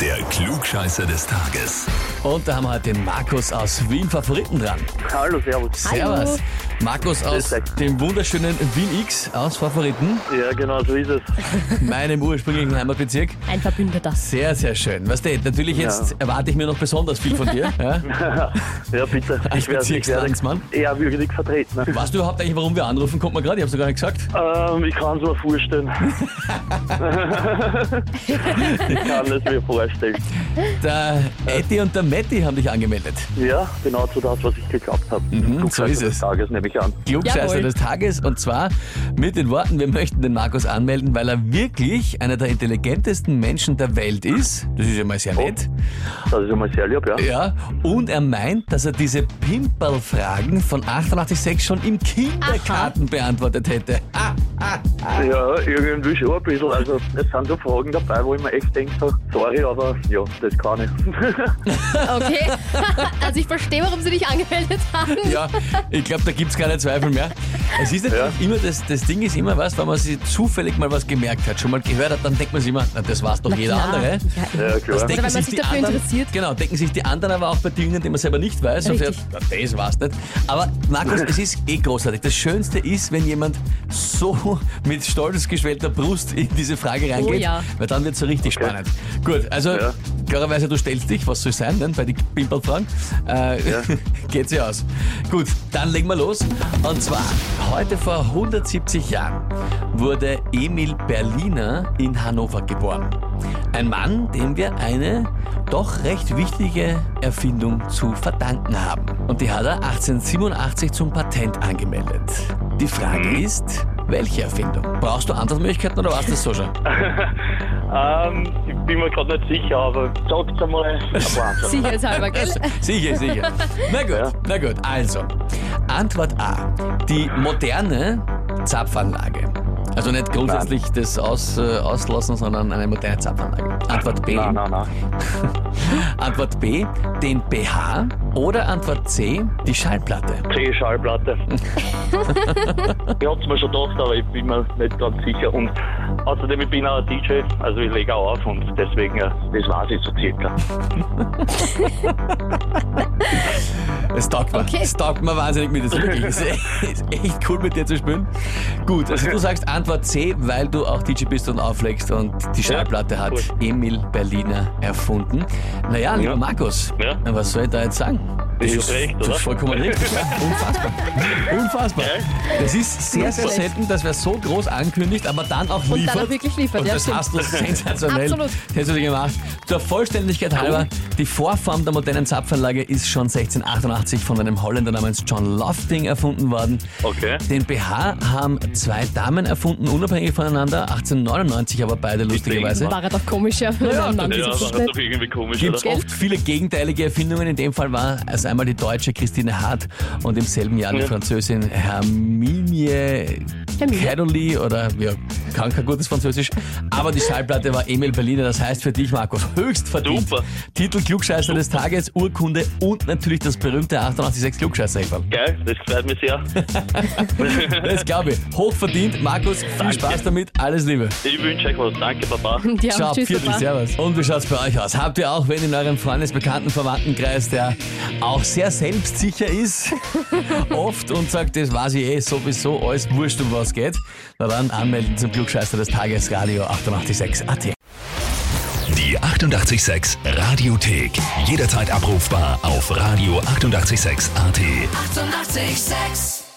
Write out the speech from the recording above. Der Klugscheißer des Tages. Und da haben wir heute den Markus aus Wien Favoriten dran. Hallo, servus. Hallo. Servus. Markus aus Grüß euch. dem wunderschönen Wien X aus Favoriten, Ja, genau so ist es. meinem ursprünglichen Heimatbezirk. Ein Verbündeter. Sehr, sehr schön. Weißt du, natürlich jetzt erwarte ich mir noch besonders viel von dir. Ja? Ja, bitte. Als werd's- werd's Bezirkslandsmann. eher würdig vertreten. Ne? Weißt du überhaupt eigentlich, warum wir anrufen? Kommt man gerade, ich hab's noch gar nicht gesagt. Ähm, ich kann es mir vorstellen. ich kann es mir vorstellen. Der Eddie und der Matti haben dich angemeldet. Ja, genau zu das, was ich geglaubt habe. Mhm, so ist es. Des Tages nehme ich an. Klugscheißer Jawohl. des Tages und zwar mit den Worten, wir möchten den Markus anmelden, weil er wirklich einer der intelligentesten Menschen der Welt ist. Das ist ja mal sehr nett. Das ist einmal sehr lieb, ja. Ja, und er meint, dass er diese Pimperl-Fragen von 886 schon im Kindergarten beantwortet hätte. Ah, Ja, irgendwie schon ein bisschen. Also, es sind da Fragen dabei, wo ich mir echt denke, so, sorry, aber ja, das kann ich. Okay. Also ich verstehe, warum sie dich angemeldet haben. ja, ich glaube, da gibt's keine Zweifel mehr. Es ist natürlich immer, das, das Ding ist immer was, wenn man sich zufällig mal was gemerkt hat, schon mal gehört hat, dann denkt man sich immer, na, das war's doch Na jeder klar. andere. Ja, eh. ja, Das klar. denken wenn man sich die dafür anderen, interessiert. Genau, denken sich die anderen aber auch bei Dingen, die man selber nicht weiß. Und Richtig. sagt, na, das war's nicht. Aber Markus, es ist eh großartig. Das Schönste ist, wenn jemand so mit stolz geschwellter Brust in diese Frage reingeht, Oh ja. weil dann wird's so richtig spannend. Gut, also Ja. klarerweise, du stellst dich, was soll sein, denn bei den Pimperlfragen äh, Ja. geht's ja aus. Gut, dann legen wir los. Und zwar, heute vor 170 Jahren wurde Emil Berliner in Hannover geboren. Ein Mann, dem wir eine doch recht wichtige Erfindung zu verdanken haben. Und die hat er 1887 zum Patent angemeldet. Die Frage Mhm. ist, welche Erfindung? Brauchst du Antwortmöglichkeiten oder warst das so schon? Ähm, ich bin mir gerade nicht sicher, aber sagt's einmal. ein Wahnsinn. Sicherheitshalber, gell? Sicher, sicher. Na gut, Ja. na gut. Also, Antwort A. Die moderne Zapfanlage. Also nicht grundsätzlich das Aus, äh, Auslassen, sondern eine moderne Zapfanlage. Antwort B. Nein, nein, nein. Antwort B. Den BH. Oder Antwort C. Die Schallplatte. C-Schallplatte. ich hab's mir schon gedacht, aber ich bin mir nicht ganz sicher. Und außerdem, ich bin auch ein DJ, also ich lege auch auf und deswegen, ja, das weiß ich so circa. Es taugt mir. Okay. Es taugt mir wahnsinnig mit. Es ist wirklich- es ist echt cool mit dir zu spielen. Gut, also du sagst Antwort C, weil du auch DJ bist und auflegst und die Schallplatte hat cool. Emil Berliner erfunden. Naja, lieber Ja. Markus, Ja. was soll ich da jetzt sagen? Ist recht, das oder? ist vollkommen richtig. Ja, unfassbar. Unfassbar. Das ist sehr, sehr Super. selten, dass wer so groß ankündigt, aber dann auch liefert. Und dann auch wirklich liefert, Und ja, das stimmt. hast du sensationell. Absolut. Das hast du gemacht. Zur Vollständigkeit halber, die Vorform der modernen Zapfanlage ist schon 1688 von einem Holländer namens John Lofting erfunden worden. Okay. Den BH haben zwei Damen erfunden, unabhängig voneinander, 1899 aber beide lustigerweise. War er doch komisch, ja. Ja, Mann, Ja, so das ist schnell. doch irgendwie komisch, Gibt oder? es oft viele gegenteilige Erfindungen. In dem Fall war es einmal die deutsche Christine Hart und im selben Jahr die Ja. Französin Herminie Hermine. Cadoli oder ja, kann kein gutes Französisch. Aber die Schallplatte war Emil Berliner. Das heißt für dich, Markus, höchst verdient. Super. Titel Klugscheißer des Tages, Urkunde und natürlich das berühmte 886 klugscheißer -Eferl. Geil, das freut mich sehr. Das glaube ich. Hochverdient. Markus, viel Danke. Spaß damit. Alles Liebe. Ich wünsche euch was. Danke, Papa. Und ja, Ciao, tschüss, Viertel, Papa. Servus. Und wie schaut's bei euch aus? Habt ihr auch, wenn in eurem Freundes-, Bekannten-, Verwandtenkreis, der auch sehr selbstsicher ist, oft und sagt, das weiß ich eh sowieso, alles wurscht, um was geht? Na dann anmelden zum Glückscheißer des Tages, Radio 886 AT. Die 88,6 Radiothek. Jederzeit abrufbar auf radio886.at. 88,6. Eighty-eight, sex.